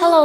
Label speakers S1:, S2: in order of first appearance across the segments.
S1: Hello，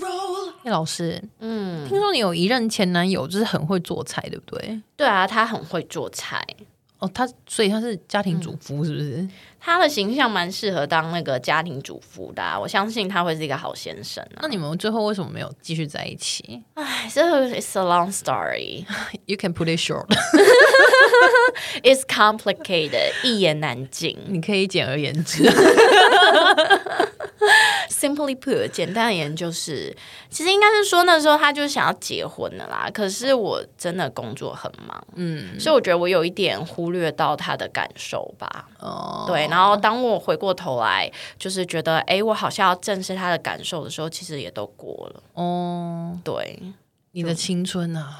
S2: roll.
S3: 哎、老师，
S1: 嗯，
S3: 听说你有一任前男友就是很会做菜，对不对？
S1: 对啊，他很会做菜，
S3: 哦，他所以他是家庭主妇，是不是？
S1: 他的形象蛮适合当那个家庭主妇的啊、我相信他会是一个好先生啊。
S3: 那你们最后为什么没有继续在一起
S1: 哎，这个 is a long story,
S3: ？You can put it short，
S1: it's complicated，一 言难尽。
S3: 你可以简而言 之。
S1: Simply put，简单而言就是，其实应该是说那时候他就想要结婚了啦。可是我真的工作很忙，嗯，所以我觉得我有一点忽略到他的感受吧。
S3: 哦，
S1: 对，然后当我回过头来，就是觉得，哎，我好像要正视他的感受的时候，其实也都过了。
S3: 哦，
S1: 对，
S3: 你的青春啊，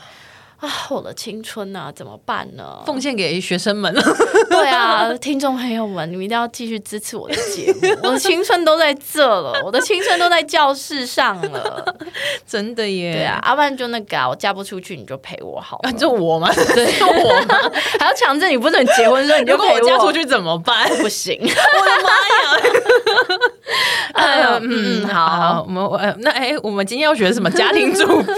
S1: 啊，我的青春呐、怎么办呢？
S3: 奉献给学生们
S1: 对啊，听众朋友们，你们一定要继续支持我的节目，我的青春都在这了，我的青春都在教室上 了。
S3: 真的耶。
S1: 对啊，，要、不然就那个啊，我嫁不出去，你就陪我好了
S3: 啊，。就我吗？ 对，就我吗？
S1: 还要强制你不准结婚，所以你 就
S3: 如果
S1: 陪
S3: 我嫁出去怎么 办？
S1: 不行。 我的 妈呀！嗯 嗯，好，
S3: 我们呃那哎、我们今天要学什么？家庭主 妇。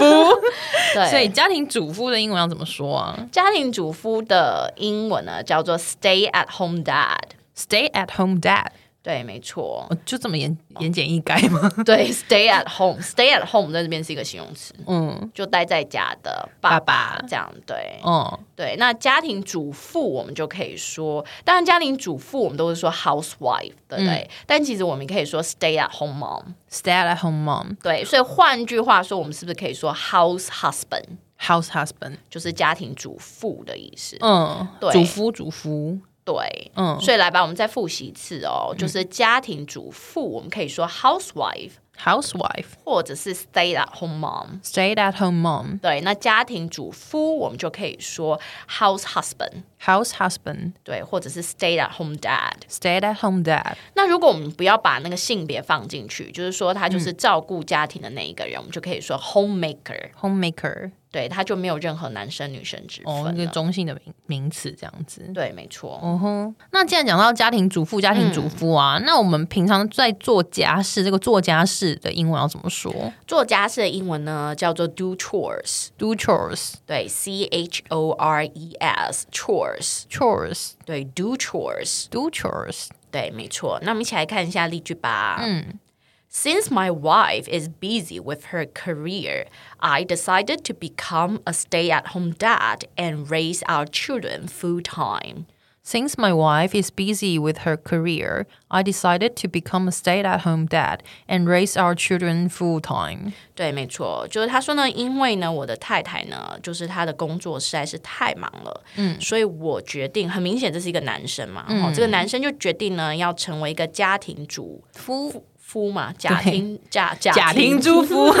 S1: 对，
S3: 所以家庭主妇的英文要怎么说啊
S1: 家庭主妇的英文呢叫做 stay at home dad。
S3: ？Stay at home dad，
S1: 对，没错
S3: 哦，就这么言言简意赅吗？
S1: 对，stay at home，stay at home 在这边是一个形容词，
S3: 嗯，
S1: 就待在家的爸
S3: 爸
S1: 爸
S3: 爸，
S1: 这样。对，
S3: 哦，
S1: 对，那家庭主妇我们就可以说，当然家庭主妇我们都是说 housewife，对不
S3: 嗯
S1: 对？但其实我们可以说 stay at home mom。
S3: Stay at home mom,
S1: 对，所以换句话说，我们是不是可以说 house husband，
S3: house husband，
S1: 就是家庭主妇的意思？
S3: 嗯，
S1: 对
S3: 主夫主夫
S1: 对，
S3: 嗯
S1: 所以来吧，我们再复习一次哦，就是家庭主妇，我们可以说 housewife，
S3: housewife,
S1: 或者是 stay at home mom。
S3: stay at home mom,
S1: 对，那家庭主夫我们就可以说 house husband，
S3: house husband,
S1: 对，或者是 stay at home dad。
S3: stay at home dad，
S1: 那如果我们不要把那个性别放进去，就是说他就是照顾家庭的那一个人，我们就可以说 homemaker，
S3: homemaker，
S1: 对，他就没有任何男生女生之
S3: 哦，
S1: 分
S3: 一个
S1: 了。
S3: 中性的名名词这样子。
S1: 对，没错。
S3: 嗯哼，那既然讲到家庭主妇、家庭主妇啊，那我们平常在做家事，这个做家事的英文要怎么说
S1: 做家事的英文呢叫做 do chores，
S3: ？Do chores,
S1: 对，c h o r e s chores，
S3: chores,
S1: 对，do chores，
S3: do chores.
S1: 对，没错。那我们一起来看一下例句吧。嗯。Since my wife is busy with her career, I decided to become a stay at home dad and raise our children full time.
S3: Since my wife is busy with her career, I decided to become a stay at home dad and raise our children full time.
S1: 对，没错，就是他说呢，因为呢，我的太太呢，就是她的工作实在是太忙了，嗯，所以我决定，很明显这是一个男生嘛，哦，这个男生就决定呢，要成为一个家庭主夫夫嘛，家庭家家庭
S3: 祝福。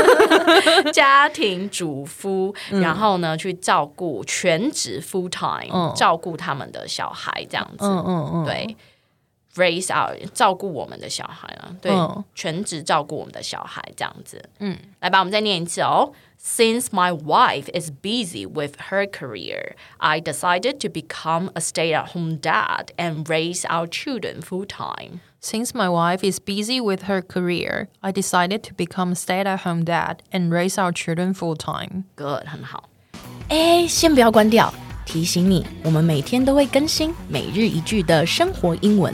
S1: 家庭主夫，
S3: 嗯
S1: 然后呢去照顾全职 full time，、照顾他们的小孩这样子，
S3: 嗯嗯嗯，
S1: 对，raise our 照顾我们的小孩啊，对，
S3: 嗯
S1: 全职照顾我们的小孩这样子，嗯，来吧，我们再念一次哦。Since my wife is busy with her career, I decided to become a stay-at-home dad and raise our children full time.
S3: Since my wife is busy with her career, I decided to become a stay at home dad and raise our children full time.
S1: Good，很好。哎，先不要关掉，提醒你，我们每天都会更新每日一句的生活英文，